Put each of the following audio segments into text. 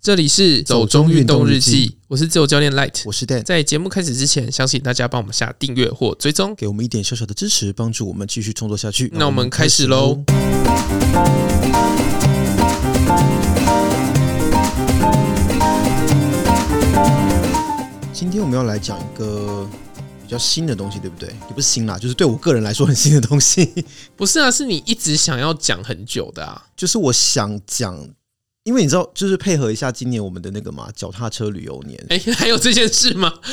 这里是走中运动日记，我是自由教练 Light。我是 Dan，在节目开始之前，相信大家帮我们下订阅或追踪。给我们一点小小的支持，帮助我们继续创作下去。那我们开始喽。今天我们要来讲一个比较新的东西，对不对？也不是新啦，就是对我个人来说很新的东西。 不是啊，是你一直想要讲很久的啊。就是我想讲，因为你知道，就是配合一下今年我们的那个嘛，脚踏车旅游年。哎、 还有这件事吗？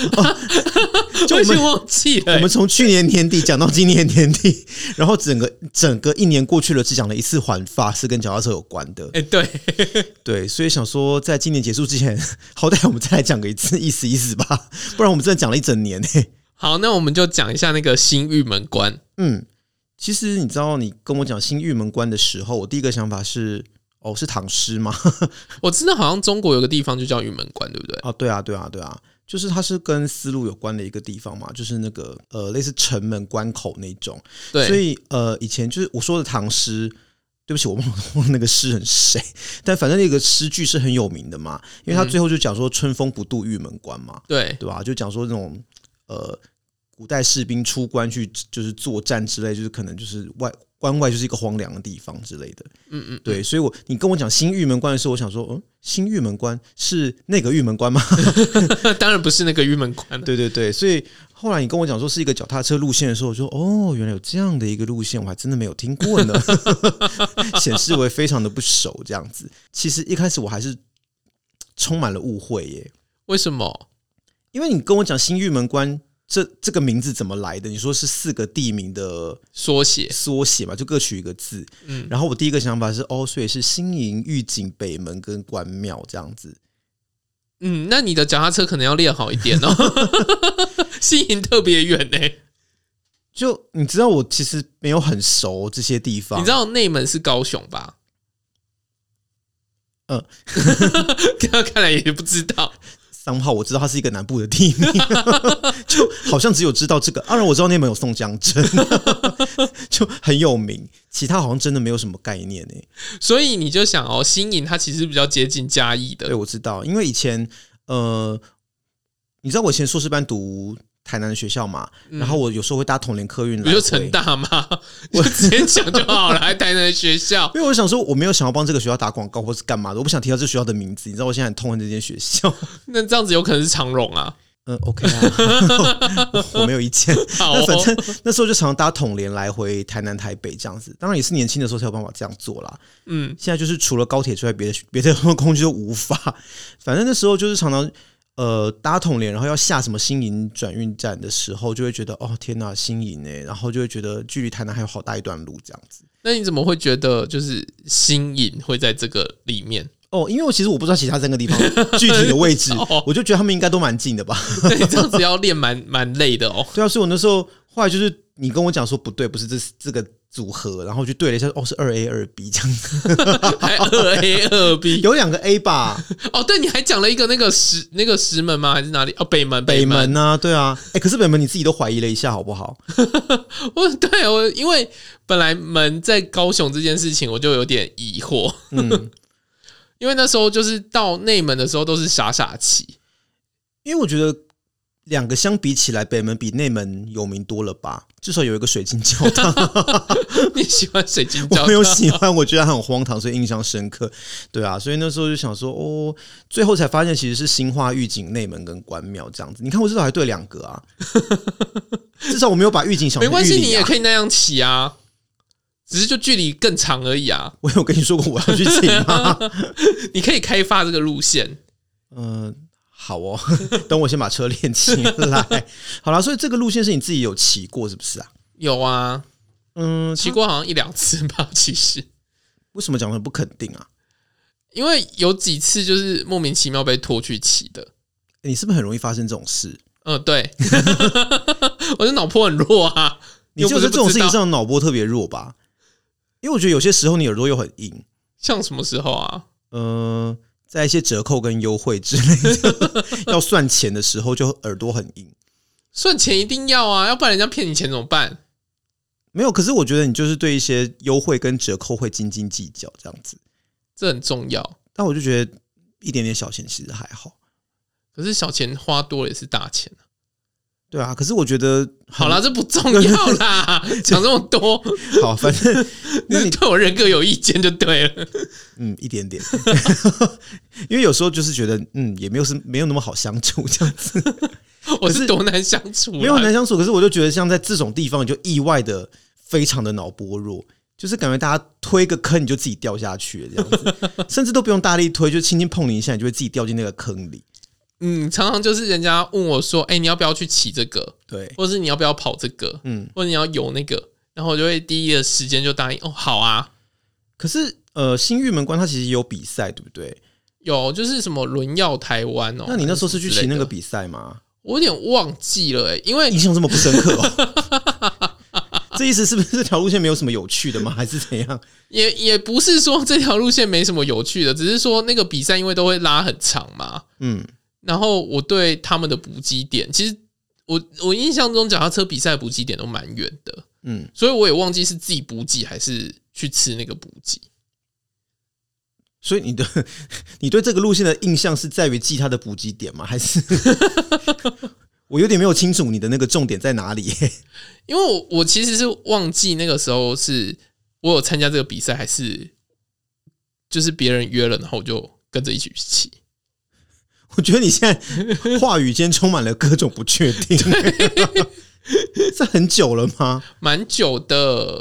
就我已我经们忘记了、我们从去年年底讲到今年年底， 然后整个整个一年过去了，只讲了一次环法是跟脚踏车有关的。哎、对，对，所以想说，在今年结束之前， 好歹我们再来讲个一次，意思意思吧， 不然我们真的讲了一整年欸呢、好，那我们就讲一下那个新玉门关。嗯，其实你知道，你跟我讲新玉门关的时候，我第一个想法是，哦，是唐诗吗？ 我知道好像中国有个地方就叫玉门关，对不对？啊，对啊，对啊，对啊，就是它是跟丝路有关的一个地方嘛，就是那个呃，类似城门关口那种。对，所以呃，以前就是我说的唐诗，对不起，我忘了忘了那个诗人是谁， 但反正那个诗句是很有名的嘛，因为他最后就讲说“春风不度玉门关”嘛，对，对吧？就讲说那种呃，古代士兵出关去就是作战之类，就是可能就是外关外就是一个荒凉的地方之类的。嗯嗯，对，所以我你跟我讲新玉门关的时候，我想说，嗯，新玉门关是那个玉门关吗？那当然不是那个玉门关啊 了。对对对，所以后来你跟我讲说是一个脚踏车路线的时候，我说哦，原来有这样的一个路线，我还真的没有听过呢，显示我也非常的不熟这样子。其实一开始我还是充满了误会耶，为什么？因为你跟我讲新玉门关。这这个名字怎么来的？你说是四个地名的缩写，缩写嘛，就各取一个字。嗯，然后我第一个想法是，哦，所以是新营、御景、北门跟关庙这样子。嗯，那你的脚踏车可能要练好一点哦， 新营特别远呢。就你知道，我其实没有很熟这些地方。你知道内门是高雄吧？嗯， 看看来也不知道。三号我知道它是一个南部的地名， 就好像只有知道这个。当、然我知道那门有宋江镇， 就很有名，其他好像真的没有什么概念欸诶、所以你就想哦，新营它其实比较接近嘉义对，的，我知道，因为以前呃，你知道我以前硕士班读台南的学校嘛，然后我有时候会搭统联客运来比回，如嗯成大 嘛，就直接讲就好了，还台南的学校。 因为我想说，我没有想要帮这个学校打广告或是干嘛的，我不想提到这学校的名字。你知道，我现在很痛恨这间 学校。那这样子有可能是长荣啊。嗯，OK 啊， 我我没有意见。好、那哦，反正那时候就常搭统联来回台南、台北这样子。当然也是年轻的时候才有办法这样做啦。嗯，现在就是除了高铁之外，别的别的 工具都无法。反正那时候就是常常呃搭统联，然后要下什么新营转运站的时候，就会觉得哦天呐，新营哎，然后就会觉得距离台南还有好大一段路这样子。那你怎么会觉得就是新营会在这个里面？ 哦，因为我其实我不知道其他三个地方具体的位置哦， 我就觉得他们应该都蛮近的吧。那你这样子要练蛮蛮累的哦。 对啊，所以我那时候后来就是你跟我讲说不对，不是这这个组合，然后我就对了一下，哦是二 A 二 B 这样子，还二 A 二 B 有两个 A 吧，哦，对，你还讲了一个那个石那个石门吗？还是哪里？哦， 北门，北门。门啊，对啊，哎、可是北门你自己都怀疑了一下好 不好？我对我因为本来门在高雄这件事情，我就有点疑惑，嗯，因为那时候就是到内门的时候都是傻傻骑，因为我觉得两个相比起来，北门比内门有名多了吧，至少有一个水晶教 堂。你喜欢水晶我教没有堂？喜欢，我觉得它很荒唐，所以印象深刻。对啊，所以那时候就想说，哦，最后才发现其实是新化御景、内门跟关庙这样子。你看，我至少还对两个 啊，至少我没有把御景想没成关玉系，里啊你也可以那样骑啊，只是就距离更长而已啊。我有跟你说过我要去请吗？你可以开发这个路线，嗯、好哦， 等我先把车练起来。 好啦，所以这个路线是你自己有骑过是不是啊？有啊，嗯，骑过好像一两次吧，其实。为什么讲的不肯定啊？因为有几次就是莫名其妙被拖去骑的，你是不是很容易发生这种事？嗯，对， 我的脑波很弱啊，你就是这种又不是事情不知道上脑波特别弱吧？因为我觉得有些时候你耳朵又很硬，像什么时候啊？呃，在一些折扣跟优惠之类的， 要算钱的时候就耳朵很硬。算钱一定要啊，要不然人家骗你钱怎么办？没有，可是我觉得你就是对一些优惠跟折扣会斤斤计较这样子。这很重要。但我就觉得一点点小钱其实还好。可是小钱花多了也是大钱啊。对啊，可是我觉得好啦，这不重要啦， 讲这么多，好，反正你那是你对我人格有意见就对了。嗯一点点， 因为有时候就是觉得嗯也没有是没有那么好相处这样子，我是多难相处啊，没有很难相处。可是我就觉得像在这种地方，你就意外的非常的脑薄弱，就是感觉大家推个坑你就自己掉下去了这样子，甚至都不用大力推，就轻轻碰你一下，你就会自己掉进那个坑里。嗯，常常就是人家问我说：“哎、你要不要去骑这个？对，或者是你要不要跑这个？哎嗯，或者你要游那个？”然后我就会第一的时间就答应。哦，好啊，可是呃，新玉门关它其实有比赛，对不对？有就是什么轮耀台湾哦。那你那时候是去骑那个还是什么之类的？比赛吗？我有点忘记了、哎，因为印象这么不深刻、哦，这意思是不是这条路线没有什么有趣的吗？还是怎样？也也不是说这条路线没什么有趣的，只是说那个比赛因为都会拉很长嘛，嗯，然后我对他们的补给点，其实我我印象中脚踏车比赛的补给点都蛮远的，嗯，所以我也忘记是自己补给还是去吃那个补给。所以你的 你对这个路线的印象是在于记它的补给点吗？还是 我有点没有清楚你的那个重点在哪里、 因为我我其实是忘记那个时候是我有参加这个比赛，还是就是别人约了，然后我就跟着一起去骑。我觉得你现在话语间充满了各种不确定、 这很久了吗？蛮久的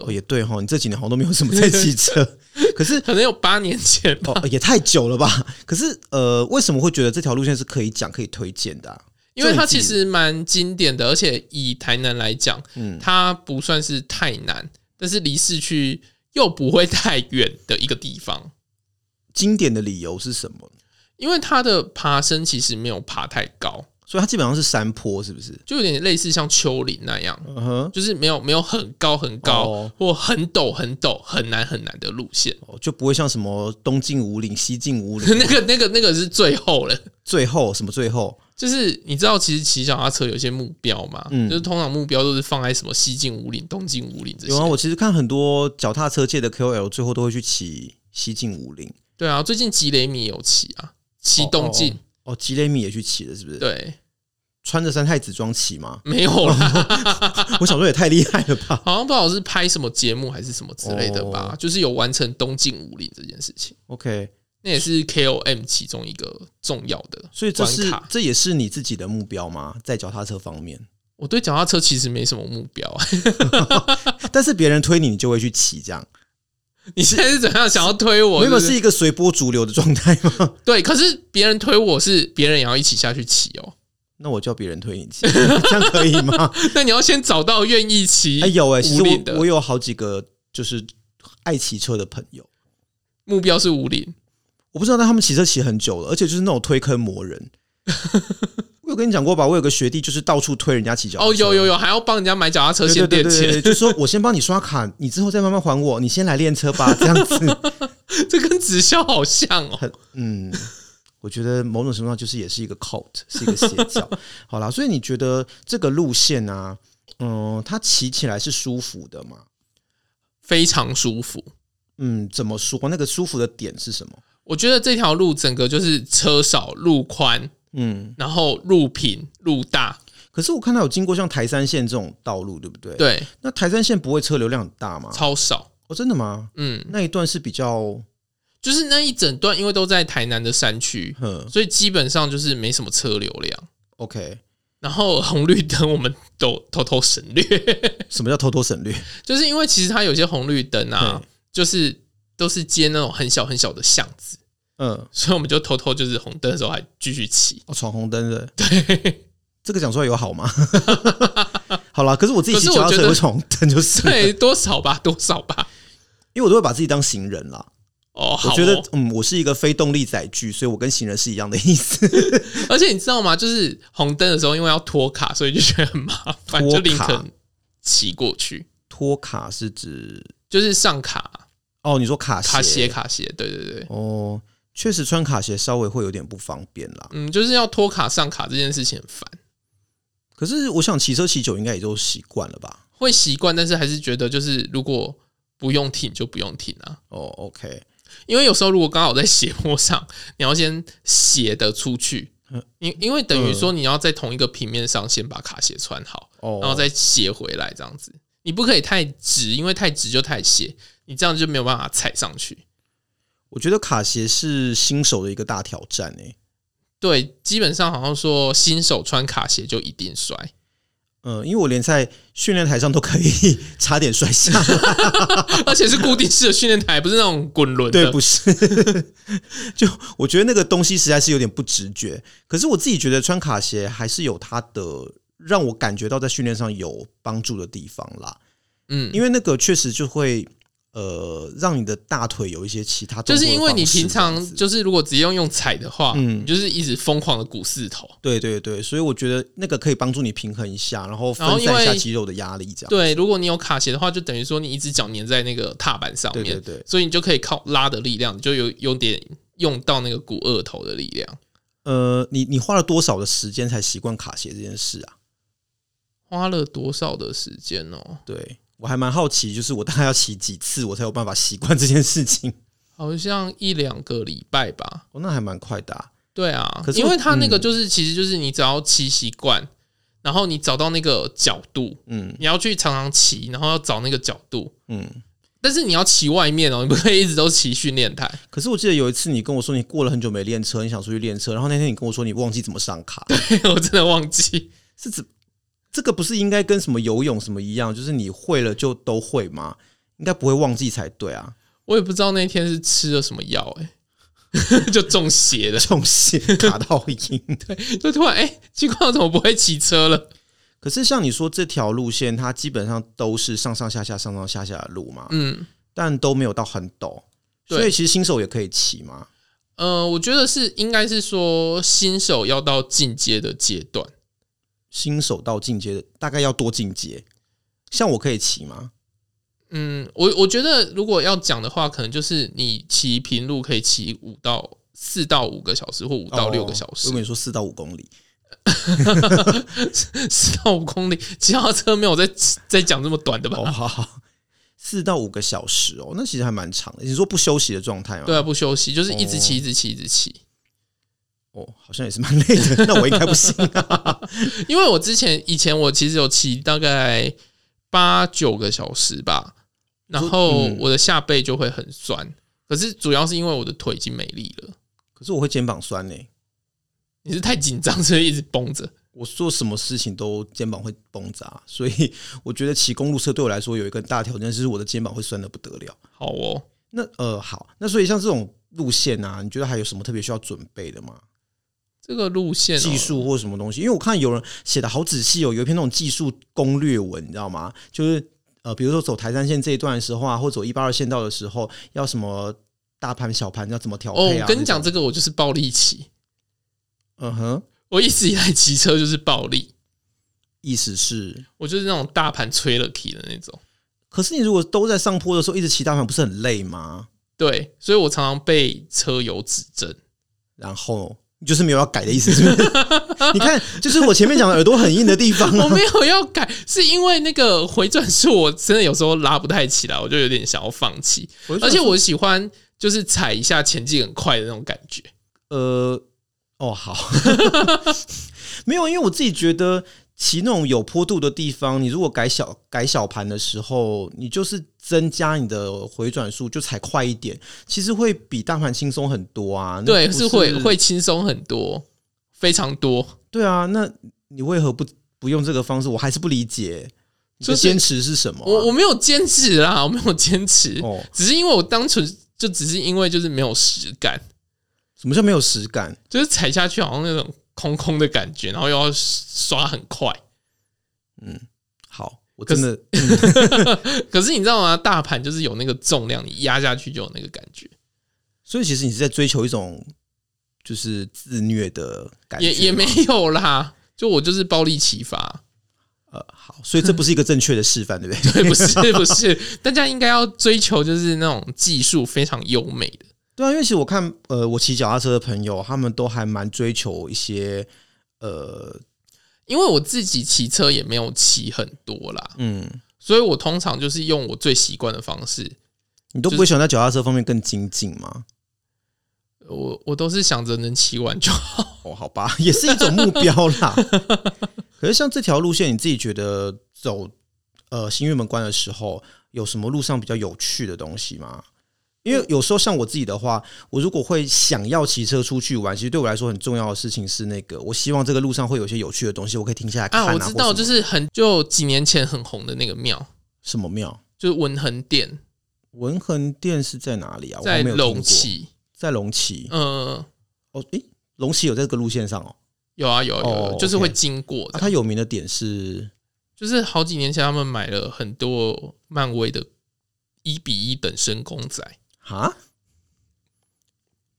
哦，，也对哈、哦，你这几年好像都没有什么在骑 车，可是可能有八年前吧。哦，也太久了吧？可是呃，为什么会觉得这条路线是可以讲、可以推荐的、啊？因为它就其你自己实蛮经典的，而且以台南来讲，嗯它不算是太难，但是离市区又不会太远的一个地方，经典的理由是什么？因为它的爬升其实没有爬太高，所以它基本上是山坡，是不是？就有点类似像丘陵那样，嗯哼，就是没有没有很高很高、哦或很陡很陡很难很难的路线。 哦就不会像什么东进五岭、西进五岭，那个那个那个是最后了，最后什么最后就是你知道，其实骑脚踏车有些目标嘛，嗯就是通常目标都是放在什么西进五岭、东进五岭这些。有啊？我其实看很多脚踏车界的 KOL 最后都会去骑西进五岭，对啊，最近吉雷米也有骑啊，骑东进。哦哦，哦吉雷米也去骑了，是不是？对，？穿着三太子装骑吗 没有啦，我想说也太厉害了吧！好像不好是拍什么节目还是什么之类的吧，哦就是有完成东进五岭这件事情， OK，那也是 KOM 其中一个重要的所以这关是卡。这也是你自己的目标吗？在脚踏车方面， 我对脚踏车其实没什么目标啊， 但是别人推你，你就会去骑，这样你现在是怎样想要推我？没有是不是是一个随波逐流的状态吗？ 对，可是别人推我是别人也要一起下去骑哦， 那我叫别人推你骑， 这样可以吗？那你要先找到愿意骑哎、有哎、其五实岭我的我有好几个就是爱骑车的朋友，目标是五岭，我不知道，但他们骑车骑很久了，而且就是那种推坑 魔人。我有跟你讲过吧？我有个学弟就是到处推人家骑脚踏哦，有有有，有，还要帮人家买脚踏车对对先对垫对钱，对，就说我先帮你刷卡，你之后再慢慢还我，你先来练车吧，这样 子。这跟直销好像哦。嗯，我觉得某种程度上就是也是一个 cult，是一个邪教。好啦，所以你觉得这个路线啊，嗯、它骑起来是舒服的吗？非常舒服，嗯，怎么说？那个舒服的点是什么？我觉得这条路整个就是车少、路宽，嗯，然后路平、路大。可是我看到有经过像台山线这种道路，对不对？。对，那台山线不会车流量很大吗？超少。哦，真的吗？嗯，那一段是比较，就是那一整段，因为都在台南的山区，哼所以基本上就是没什么车流量。呃，OK。然后红绿灯我们都偷偷省略， 什么叫偷偷省略？ 就是因为其实它有些红绿灯啊嗯，就是都是接那种很小很小的巷子，嗯，所以我们就偷偷就是红灯的时候还继续骑。哦，闯红灯的。对，这个讲出来有好吗？ 好啦，可是我自己骑可是脚我觉踏车得也会闯红灯，就是了 对，多少吧，多少吧。因为我都会把自己当行人啦。哦，我好觉得哦，嗯，我是一个非动力载具，所以我跟行人是一样的意思。 而且你知道吗？就是红灯的时候，因为要拖卡，所以就觉得很麻烦，拖就卡林肯骑过去，拖卡是指就是上卡哦，你说卡鞋卡鞋卡鞋，对对对，哦，确实穿卡鞋稍微会有点不方便啦。嗯，就是要拖卡上卡这件事情很烦，可是我想骑车骑久应该也都习惯了吧？会习惯，但是还是觉得就是如果不用停就不用停啊。哦，OK，因为有时候如果刚好在斜坡上，你要先斜的出去，因因为等于嗯说你要在同一个平面上先把卡鞋穿好，哦，然后再斜回来这样子。你不可以太直，因为太直就太斜，你这样就没有办法踩上去。我觉得卡鞋是新手的一个大挑战欸诶、对，基本上好像说新手穿卡鞋就一定摔，嗯，因为我连在训练台上都可以 差点摔下来，而且是固定式的训练台，不是那种滚轮的。对，不是？ 就我觉得那个东西实在是有点不直觉。可是我自己觉得穿卡鞋还是有它的让我感觉到在训练上有帮助的地方啦，嗯，因为那个确实就会呃让你的大腿有一些其他动就作的方式，是因为你平这样常子就是如果直接用用踩的话，嗯你就是一直疯狂的鼓四头。对对对，所以我觉得那个可以帮助你平衡一下，然后分然后因散一下为肌肉的压力，这样对，如果你有卡鞋的话，就等于说你一只脚粘在那个踏板上对面，对对。所以你就可以靠拉的力量，你就有有点用到那个股二头的力量。呃，你你花了多少的时间才习惯卡鞋这件事啊？花了多少的时间哦？对我还蛮好奇，就是我大概要骑几次，我才有办法习惯这件事情。好像一两个礼拜吧。哦，那还蛮快的、啊。对啊，可是因我为它那个嗯就是，其实就是你只要骑习惯，然后你找到那个角度，嗯你要去常常骑，然后要找那个角度。嗯。但是你要骑外面哦，你不可以一直都骑训练台。 可是我记得有一次你跟我说你过了很久没练车，你想出去练车，然后那天你跟我说你忘记怎么上卡，我真的忘记，是指这个不是应该跟什么游泳什么一样，就是你会了就都会吗？应该不会忘记才对啊。 我也不知道那天是吃了什么药，哎， 就中邪了。这种事卡到音。 就突然哎、欸奇怪，我怎么不会骑车了？可是像你说这条路线，它基本上都是上上下下、上上下下的路嘛，嗯，但都没有到很陡，对所以其实新手也可以骑嘛。呃，我觉得是应该是说新手要到进阶的阶段，新手到进阶的大概要多进阶，像我可以骑吗？嗯，我我觉得如果要讲的话，可能就是你骑平路可以骑五到四到五个小时，或五到六个小时哦我，跟你说四到五 公里，四、到五公里。骑脚踏车没有在在讲这么短的吧？哦，好好，四到五个小时哦，那其实还蛮长的。你说不休息的状态吗？对啊，不休息就是一直骑，哦一直骑，一直骑。哦，好像也是蛮累的。 那我应该不行啊、因为我之前以前我其实有骑大概八九个小时吧，然后嗯我的下背就会很酸，可是主要是因为我的腿已经没力了。可是我会肩膀酸呢、你是太紧张，所以一直绷着。我做什么事情都肩膀会崩砸，所以我觉得骑公路车对我来说有一个很大的挑战，就是我的肩膀会酸的不得了。好哦，那呃，好，那所以像这种路线啊，你觉得还有什么特别需要准备的吗？这个路线、哦、技术或什么东西？因为我看有人写的好仔细哦，有一篇那种技术攻略文，你知道吗？就是呃，比如说走台山线这一段的时候啊，或走一八二线道的时候，要什么大盘小盘要怎么调哦，配啊？我跟你讲，这这个我就是暴力骑，种，嗯哼，我一直以来骑车就是暴力，意思是，我就是那种大盘吹了 key 的那种。可是你如果都在上坡的时候一直骑大盘，不是很累吗？对，所以我常常被车友指正。然后你就是没有要改的意思，是不是？ 你看，就是我前面讲的耳朵很硬的地方、我啊，没有要改，是因为那个回转数我真的有时候拉不太起来，我就有点想要放弃。我就而且想说我喜欢就是踩一下前进很快的那种感觉。呃，哦好， 没有，因为我自己觉得骑那种有坡度的地方，你如果改小改小盘的时候，你就是增加你的回转数，就踩快一点，其实会比大盘轻松很多啊。那对，不是会会轻松很多，非常多。对啊，那你为何不不用这个方式？我还是不理解。你的就是坚持是什么啊、我我没有坚持啦，我没有坚持，哦，只是因为我单纯就只是因为就是没有实感，什么叫没有实感？就是踩下去好像那种空空的感觉，然后又要刷很快。好，我真的可是你知道吗？大盘就是有那个重量，你压下去就有那个感觉。所以其实你是在追求一种就是自虐的感觉也吗，也没有啦，就我就是暴力启发，呃好，所以这不是一个正确的示范，对不对？对，不是不是，大家应该要追求就是那种技术非常优美的， 对啊，因为其实我看呃，我骑脚踏车的朋友，他们都还蛮追求一些呃因为我自己骑车也没有骑很多啦，嗯所以我通常就是用我最习惯的方式，你都不会想在脚踏车方面更精进吗？我我都是想着能骑完就好。哦，好吧，也是一种目标 啦。可是像这条路线，你自己觉得走呃新月门关的时候，有什么路上比较有趣的东西吗？因为有时候像我自己的话，我如果会想要骑车出去玩，其实对我来说很重要的事情是那个，我希望这个路上会有一些有趣的东西，我可以停下来 看啊，我知道，就是是很就几年前很红的那个庙，什么庙。就是文衡殿，文衡殿是在哪里啊？我在还没有听龙过，崎。在龙崎。嗯，哦，诶，龙崎有在这个路线上哦。有啊有啊有啊哦就是会 OK 经过啊，的。它有名的点是就是好几年前他们买了很多漫威的一比一等身公仔。啊，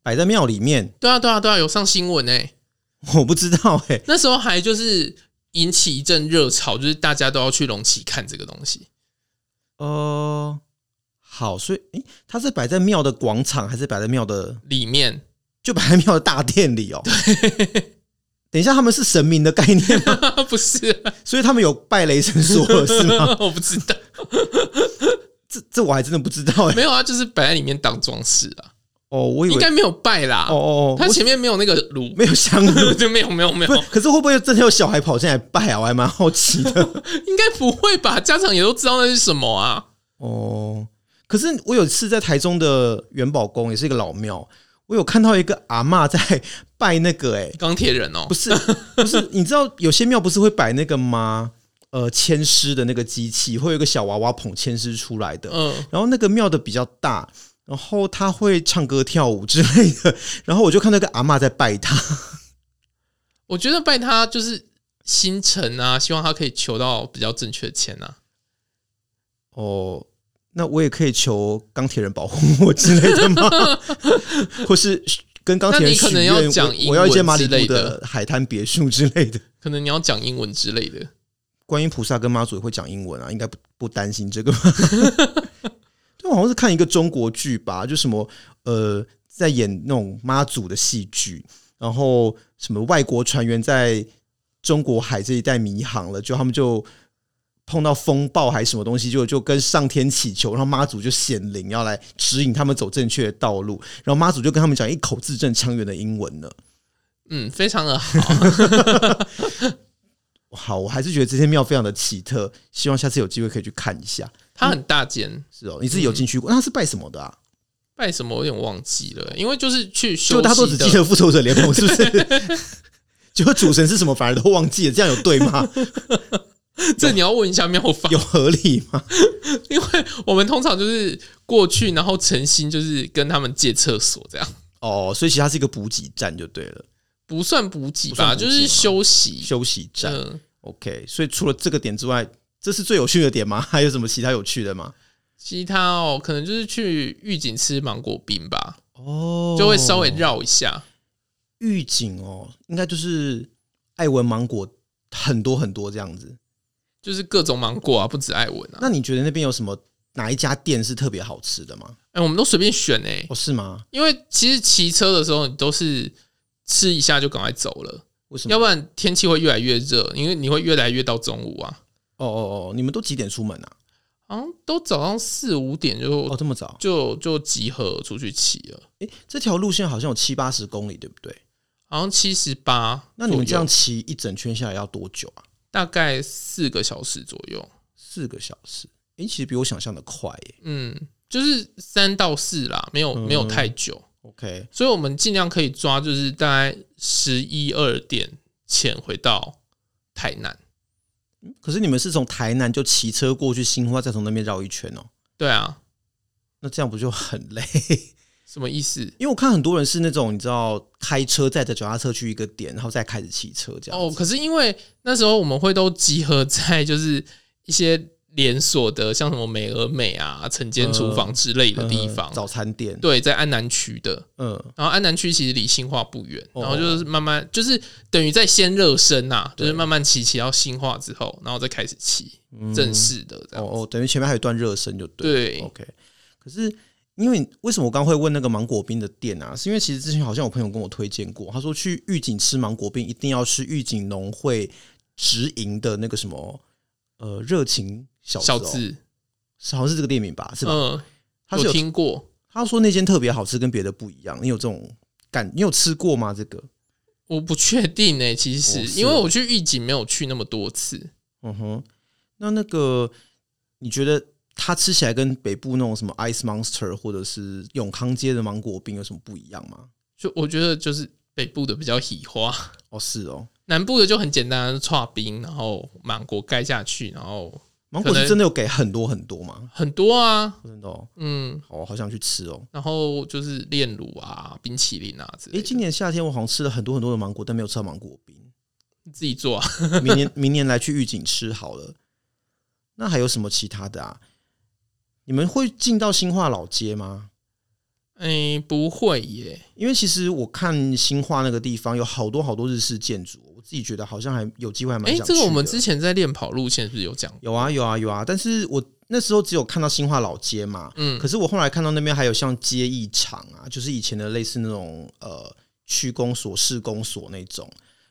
摆在庙里面， 对啊对啊对啊，有上新闻哎、我不知道哎、那时候还就是引起一阵热潮，就是大家都要去龙崎看这个东西。哦、好，所以诶、它是摆在庙的广场，还是摆在庙的里面 就摆在庙的大殿里哦？等一下，他们是神明的概念 吗？不是啊，所以他们有拜雷神索尔是吗？我不知道，这这我还真的不知道哎、没有啊，就是摆在里面当装饰啊，哦，我以应为该没有拜啦。哦哦，它哦，前面没有那个炉我，没有香 炉，就没有没有没不有是，， 可是会不会真的有小孩跑进来拜啊？我还蛮好奇的。应该不会吧？家长也都知道那是什么啊。哦，可是我有一次在台中的元宝宫，也是一个老庙，我有看到一个阿嬷在拜那个、欸， 钢铁人哦不，是不是，你知道有些庙不是会摆那个吗？呃，牵丝的那个机器，会有一个小娃娃捧牵丝出来的，嗯，然后那个庙的比较大。然后他会唱歌跳舞之类的， 然后我就看那个阿嬷在拜他，我觉得拜他就是心诚啊，希望他可以求到比较正确的钱啊。哦，那我也可以求钢铁人保护我之类 的吗？或是跟钢铁那人你可许能愿，要讲我英我要一间文马里之类布的的海滩别墅之类的。可能你要讲英文之类的，观音菩萨跟妈祖也会讲英文啊，应该不不担心这个吧？对，我好像是看一个中国剧吧，就什么呃，在演那种妈祖的戏剧，然后什么外国船员在中国海这一带迷航了，就他们就碰到风暴还是什么东西，就就跟上天祈求，然后妈祖就显灵要来指引他们走正确的道路，然后妈祖就跟他们讲一口字正腔圆的英文了。嗯，非常的好。好，我还是觉得这些庙非常的奇特，希望下次有机会可以去看一下。他很大间，是哦，你自己有进去过？那他是拜什么的啊？拜什么我有点忘记了，因为就是去休息就他都只记的，得复仇者联盟，是不是？ 结果主神是什么反而都忘记了，这样有对 吗？ 这你要问一下妙法，有合理吗？因为我们通常就是过去，然后诚心就是跟他们借厕所这样。哦，所以其实它是一个补给站就对了，不算补给不吧，算补给就是吗休息。休息站。嗯， OK，所以除了这个点之外，这是最有趣的点吗？ 还有什么其他有趣的吗？其他哦，可能就是去预警吃芒果冰吧，哦就会稍微绕一下。预警哦，应该就是爱文芒果很多很多这样子。就是各种芒果啊，不止艾文啊，那你觉得那边有什么哪一家店是特别好吃的吗？哎、我们都随便选哎、哦，是吗？因为其实骑车的时候你都是吃一下就赶快走了，为什么？要不然天气会越来越热，因为你会越来越到中午啊，哦哦哦，你们都几点出门啊？好像都早上四五点就、哦，这么早？就就集合出去骑了，诶，这条路线好像有七八十公里，对不对？好像七十八，那你们这样骑一整圈下来要多久啊？大概四个小时左右，四个小时。诶，其实比我想象的快耶。嗯，就是三到四啦，没嗯有没有太久， OK，所以我们尽量可以抓，就是大概十一二点前回到台南。可是你们是从台南就骑车过去新化，再从那边绕一圈哦。对啊，那这样不就很累？ 什么意思？因为我看很多人是那种你知道开车载着脚踏车去一个点，然后再开始骑车这样。哦，可是因为那时候我们会都集合在就是一些连锁的，像什么美而美啊、晨间厨嗯房之类的地方呃。早餐店，对，在安南区的，嗯，然后安南区其实离新化不远，哦然后就是慢慢就是等于在先热身呐、对就是慢慢骑骑到新化之后，然后再开始骑嗯正式的这样。哦哦，哦等于前面还有一段热身就对了。对 OK，可是因为你为什么我刚会问那个芒果冰的店啊？是因为其实之前好像有朋友跟我推荐过，他说去玉井吃芒果冰一定要吃玉井农会直营的那个什么呃热情小子哦小，资，是好像是这个店名吧？是吧？嗯，他是有听过，他说那间特别好吃，跟别的不一样。你有这种感？你有吃过吗？这个？我不确定呢、其实、哦是因为哦我去预警没有去那么多次，嗯哼。那那个，你觉得它吃起来跟北部那种什么 Ice Monster 或者是永康街的芒果冰有什么不一样吗？就我觉得就是北部的比较喜花，哦，是哦，南部的就很简单，串冰，然后芒果盖下去，然后芒果可是能真的有给很多很多吗？很多啊，真的哦，嗯，好哦，好想去吃哦。然后就是炼乳啊、冰淇淋啊之诶，类的，今年夏天我好像吃了很多很多的芒果，但没有吃到芒果冰。 自己做啊。明年明年来去预警吃好了。那还有什么其他的啊？你们会进到新化老街吗？哎，不会耶，因为其实我看新化那个地方有好多好多日式建筑，我自己觉得好像还有机会还蛮哎，想这个去我们的之前在练跑路线是不是有讲过？有啊有啊有啊，但是我那时候只有看到新化老街嘛，嗯可是我后来看到那边还有像街艺场啊，就是以前的类似那种呃区公所、市公所那种，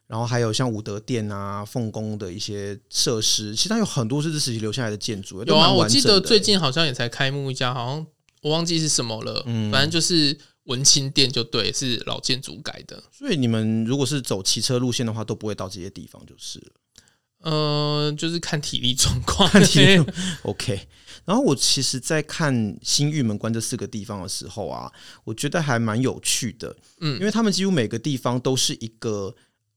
然后还有像武德殿啊、凤宫的一些设施，其实它有很多是日时期留下来的建筑，有都蛮啊，我完记整得的最近好像也才开幕一家，好像我忘记是什么了，嗯反正就是文青店就对，是老建筑改的。所以你们如果是走骑车路线的话，都不会到这些地方就是了。嗯，就是看体力状况， 看体力 OK，然后我其实，在看新玉门关这四个地方的时候啊，我觉得还蛮有趣的，嗯因为他们几乎每个地方都是一个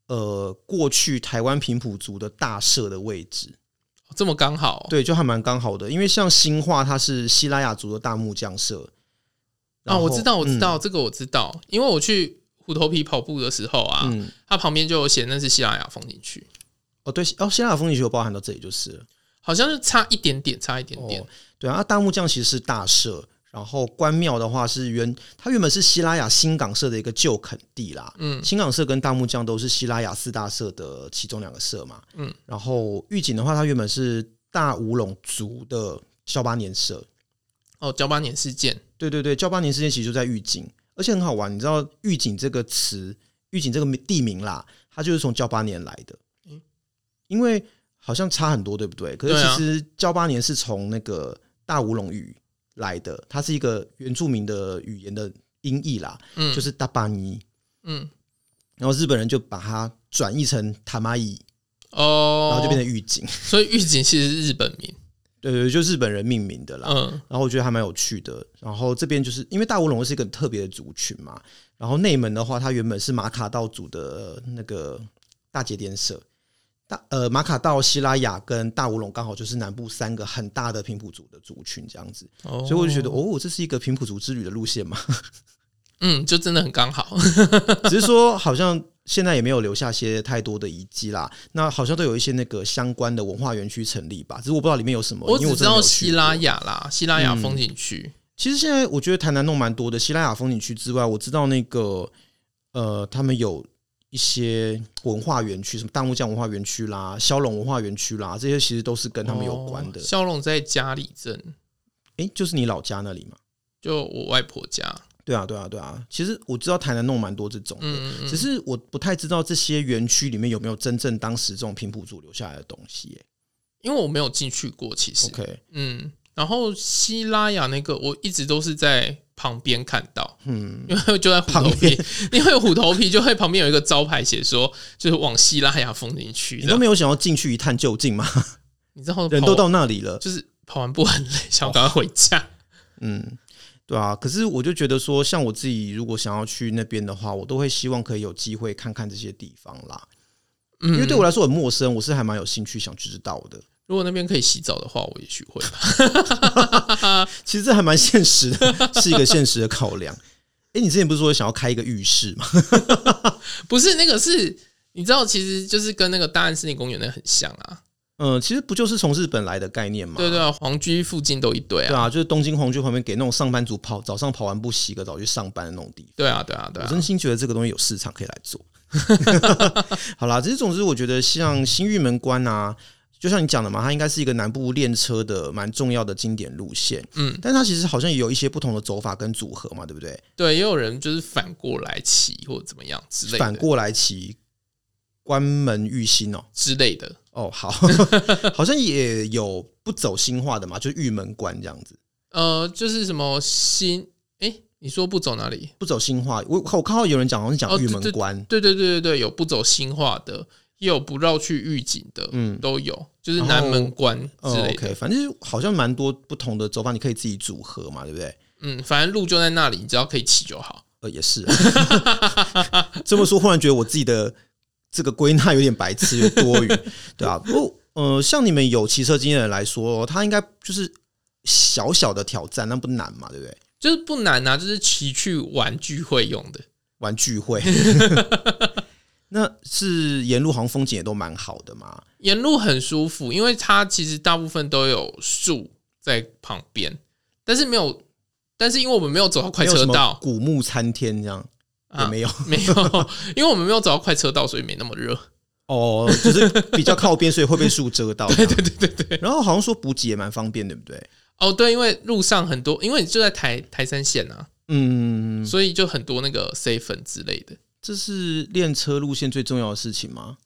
呃过去台湾平埔族的大社的位置， 这么刚好。对，就还蛮刚好的。因为像新化，它是希拉雅族的大木匠社，然啊，后嗯我知道，我知，道、这个我知道，因为我去虎头皮跑步的时候啊，嗯嗯它旁边就有写那是西拉雅风景区，哦对，哦，希拉雅风景区有包含到这里就是了。好像是差一点点，差一点点。哦，对啊，大木匠其实是大社，然后关庙的话是原，它原本是希拉雅新港社的一个旧垦地啦。嗯，新港社跟大木匠都是希拉雅四大社的其中两个社嘛。嗯，然后御景的话，它原本是大武陇族的交八年社。哦，九八年事件，对对对，交八年事件其实就在御景，而且很好玩。你知道御景这个词，御景这个地名啦，它就是从交八年来的。嗯因为好像差很多，对不对？可对是啊其实交八年是从那个大武龙语来的，它是一个原住民的语言的音译啦，嗯，就是大巴尼。嗯，然后日本人就把它转译成塔玛伊，哦，然后就变成御景。成，所以御景其实是日本名， 对对，对就日本人命名的啦。嗯，然后我觉得还蛮有趣的。然后这边就是因为大乌龙是一个特别的族群嘛，然后内门的话，它原本是马卡道族的那个大节点社，大呃马卡道、希拉雅跟大乌龙刚好就是南部三个很大的平埔族的族群这样子，所所以我就觉得，哦，这是一个平埔族之旅的路线嘛。 嗯，就真的很刚哦好，只是说好像现在也没有留下些太多的遗迹啦，那好像都有一些那个相关的文化园区成立吧，只是我不知道里面有什么，我因为只知真的没道有去希过嗯拉雅啦，希拉雅风景区，其实现在我觉得台南弄蛮多的，希拉雅风景区之外，我知道那个呃，他们有一些文化园区，什么大木匠文化园区啦、骁龙文化园区啦，这些其实都是跟他们有关的哦。骁龙在家里镇，诶，就是你老家那里嘛？就我外婆家，对啊，对啊，对啊。其实我知道台南弄蛮多这种的，嗯，嗯嗯只是我不太知道这些园区里面有没有真正当时这种平埔族留下来的东西耶、因为我没有进去过，其实， OK，嗯，然后希拉雅那个我一直都是在旁边看到，嗯，因 为就在虎头旁皮边，因为虎头皮就会旁边有一个招牌写说就是往希拉雅风景区你都的，没有想要进去一探究竟吗？你知道 人跑都到那里了，就是跑完步很累，想赶快回 家，嗯，对啊。可是我就觉得说，像我自己如果想要去那边的话，我都会希望可以有机会看看这些地方啦，嗯，因为对我来说很陌生，我是还蛮有兴趣想去知道的。如果那边可以洗澡的话，我也许会吧。其实这还蛮现实的， 是一个现实的考量。哎、你之前不是说想要开一个浴室吗？ 不是那个是，你知道，其实就是跟那个大安森林公园那很像啊。 嗯，其实不就是从日本来的概念吗？对对啊，皇居附近都一堆对啊。啊，就是东京皇居旁边给那种上班族跑早上跑完步洗个澡去上班的那种地方。对啊，对啊，对我啊。真心觉得这个东西有市场可以来做。 好啦，只是总之，我觉得像新玉门关啊，就像你讲的嘛，它应该是一个南部练车的蛮重要的经典路线。嗯，但它其实好像也有一些不同的走法跟组合嘛，对不对？对，也有人就是反过来骑或者怎么样之类的，反过来骑关门玉心哦，之类的。 哦好，好像也有不走新化的嘛，就是玉门关这样子。呃，就是什么新，哎、你说不走哪里？不走新化，我我看到有人讲好像哦讲玉门关，对对对对对，有不走新化的，也有不绕去预警的，嗯都有，就是然后南门关之哦类的。 ，OK，反正就是好像蛮多不同的走法，你可以自己组合嘛，对不对？嗯，反正路就在那里，你只要可以骑就好。呃，也是、 啊。这么说，忽然觉得我自己的这个归纳有点白痴，有点多余，对啊。不过，呃，像你们有骑车经验的人来说，哦它应该就是小小的挑战，那不难嘛，对不对？就是不难啊，就是骑去玩聚会用的。玩聚会， 那是沿路好像风景也都蛮好的嘛。沿路很舒服，因为它其实大部分都有树在旁边，但是没有，但是因为我们没有走到快没有车什么道，古木参天这样也啊没有、没有，因为我们没有走到快车道，所以没那么热。哦，就是比较靠边，所以会被树遮到。对对对对对。然后好像说补给也蛮方便，对不对？哦，对，因为路上很多，因为你就在台台山县啊，嗯，所以就很多那个 C 粉之类的，这是练车路线最重要的事情吗？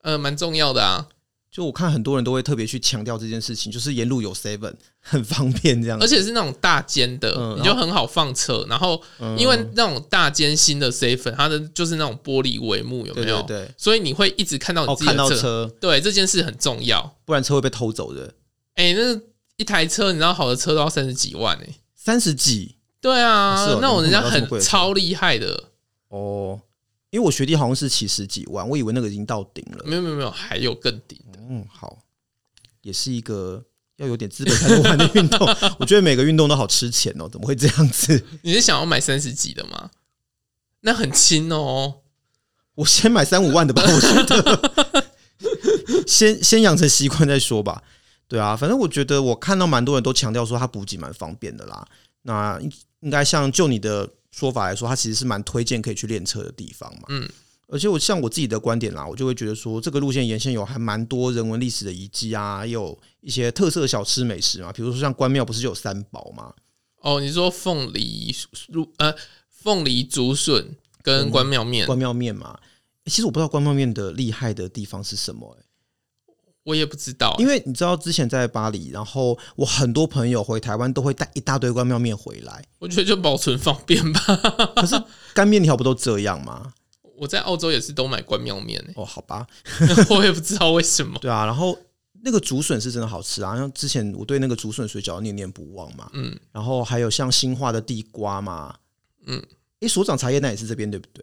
呃，蛮重要的嗯啊。就我看很多人都会特别去强调这件事情，就是沿路有 seven 很方便这样而。且是那种大间的，嗯你就很好放车。然后嗯因为那种大间新的 C 粉，它的就是那种玻璃帷幕，有没对有？对对，所以你会一直看到你哦，自己看的到车，车，对这件事很重要。不然车会被偷走的。哎、那一台车，你知道好的车都要三十几万哎、三十几对啊，是哦那种人家你们买到这么贵很的车超厉害的，哦，因为我学弟好像是骑十几万，我以为那个已经到顶了。没有没有没有，还有更顶的。嗯，好，也是一个要有点资本才能玩的运动。 我觉得每个运动都好吃钱哦，怎么会这样子？你是想要买三十几的吗？那很轻哦，我先买三五万的吧，我觉得 先先养成习惯再说吧。对啊，反正我觉得我看到蛮多人都强调说它补给蛮方便的啦。那应应该像就你的说法来说，它其实是蛮推荐可以去练车的地方嘛。嗯，而且我像我自己的观点啦，我就会觉得说这个路线沿线有还蛮多人文历史的遗迹啊，也有一些特色小吃美食嘛，比如说像关庙不是就有三宝嘛，哦，你说凤梨入呃凤梨竹笋跟关庙面，关庙面嘛。欸其实我不知道关庙面的厉害的地方是什么、欸我也不知道、因为你知道之前在巴黎，然后我很多朋友回台湾都会带一大堆关庙面回来，我觉得就保存方便吧。可是干面条不都这样吗？我在澳洲也是都买关庙面、欸， 哦，好吧，我也不知道为什么。对啊，然后那个竹笋是真的好吃啊，像之前我对那个竹笋水饺念念不忘嘛，嗯，然后还有像新化的地瓜嘛，嗯，诶，所长茶叶蛋也是这边对不对？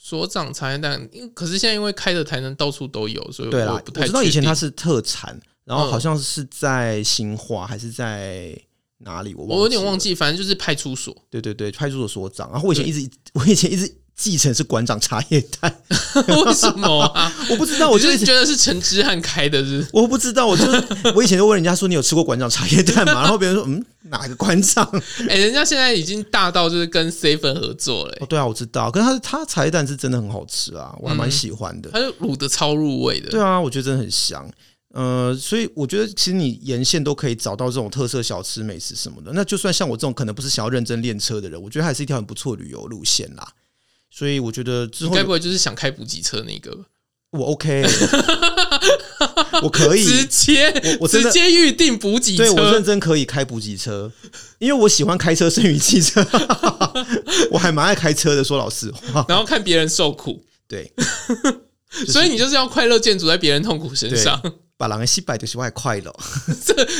所长茶叶蛋，因可是现在因为开的台能到处都有，所以对啦，我不太知道以前它确是特产，然后嗯好像是在新化还是在哪里，我定忘我有点了忘记，反正就是派出所。 对对对，派出所所长。然后我以前一直， 我以前一直继承是馆长茶叶蛋，为什么啊？我不知道，我 我就就一是直觉得是陈之汉开的，是不是我不知道，我就我以前就问人家说你有吃过馆长茶叶蛋吗？然后别人说嗯哪个馆长？哎、人家现在已经大到就是跟 C 粉合作了、欸哦对啊，我知道，可是他他茶叶蛋是真的很好吃啊，我还嗯蛮喜欢的。它就卤的超入味的。对啊，我觉得真的很香。呃，所以我觉得其实你沿线都可以找到这种特色小吃、美食什么的。那就算像我这种可能不是想要认真练车的人，我觉得还是一条很不错的旅游路线啦。所以我觉得之你后该不会就是想开补给车那个吧？我 OK，我可以直接我我真直的接预定补给车对，我认真可以开补给车，因为我喜欢开车胜于汽车， 我还蛮爱开车的。说老实话，然后看别人受苦，对，所以你就是要快乐建筑在别人痛苦身上，把狼西摆就是外快乐，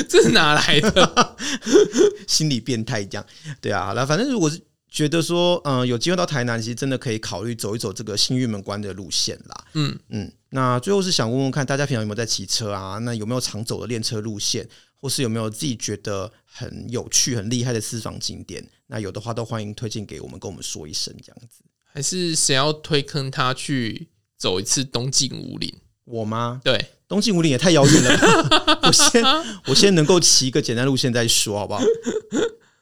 这是哪来的？ 心理变态这样。对啊，那反正如果是觉得说，嗯、有机会到台南，其实真的可以考虑走一走这个新玉门关的路线啦。嗯嗯，那最后是想问问看大家平常有没有在骑车啊？那有没有常走的练车路线，或是有没有自己觉得很有趣、很厉害的私房景点？那有的话都欢迎推荐给我们，跟我们说一声这样子。还是谁要推坑他去走一次东进五岭？我吗？对，东进五岭也太遥远了吧！ 我先我先能够骑一个简单路线再说，好不好？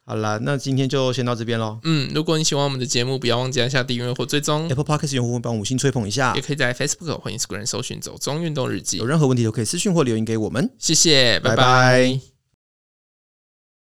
好啦，那今天就先到这边喽。嗯，如果你喜欢我们的节目，不要忘记按下订阅或追踪， Apple Podcast 用户会帮我们五星吹捧一下也，可以在 Facebook 或 Instagram 搜寻“走中运动日记有任何问题都可以私讯或留言给我们。”。谢谢，拜拜拜拜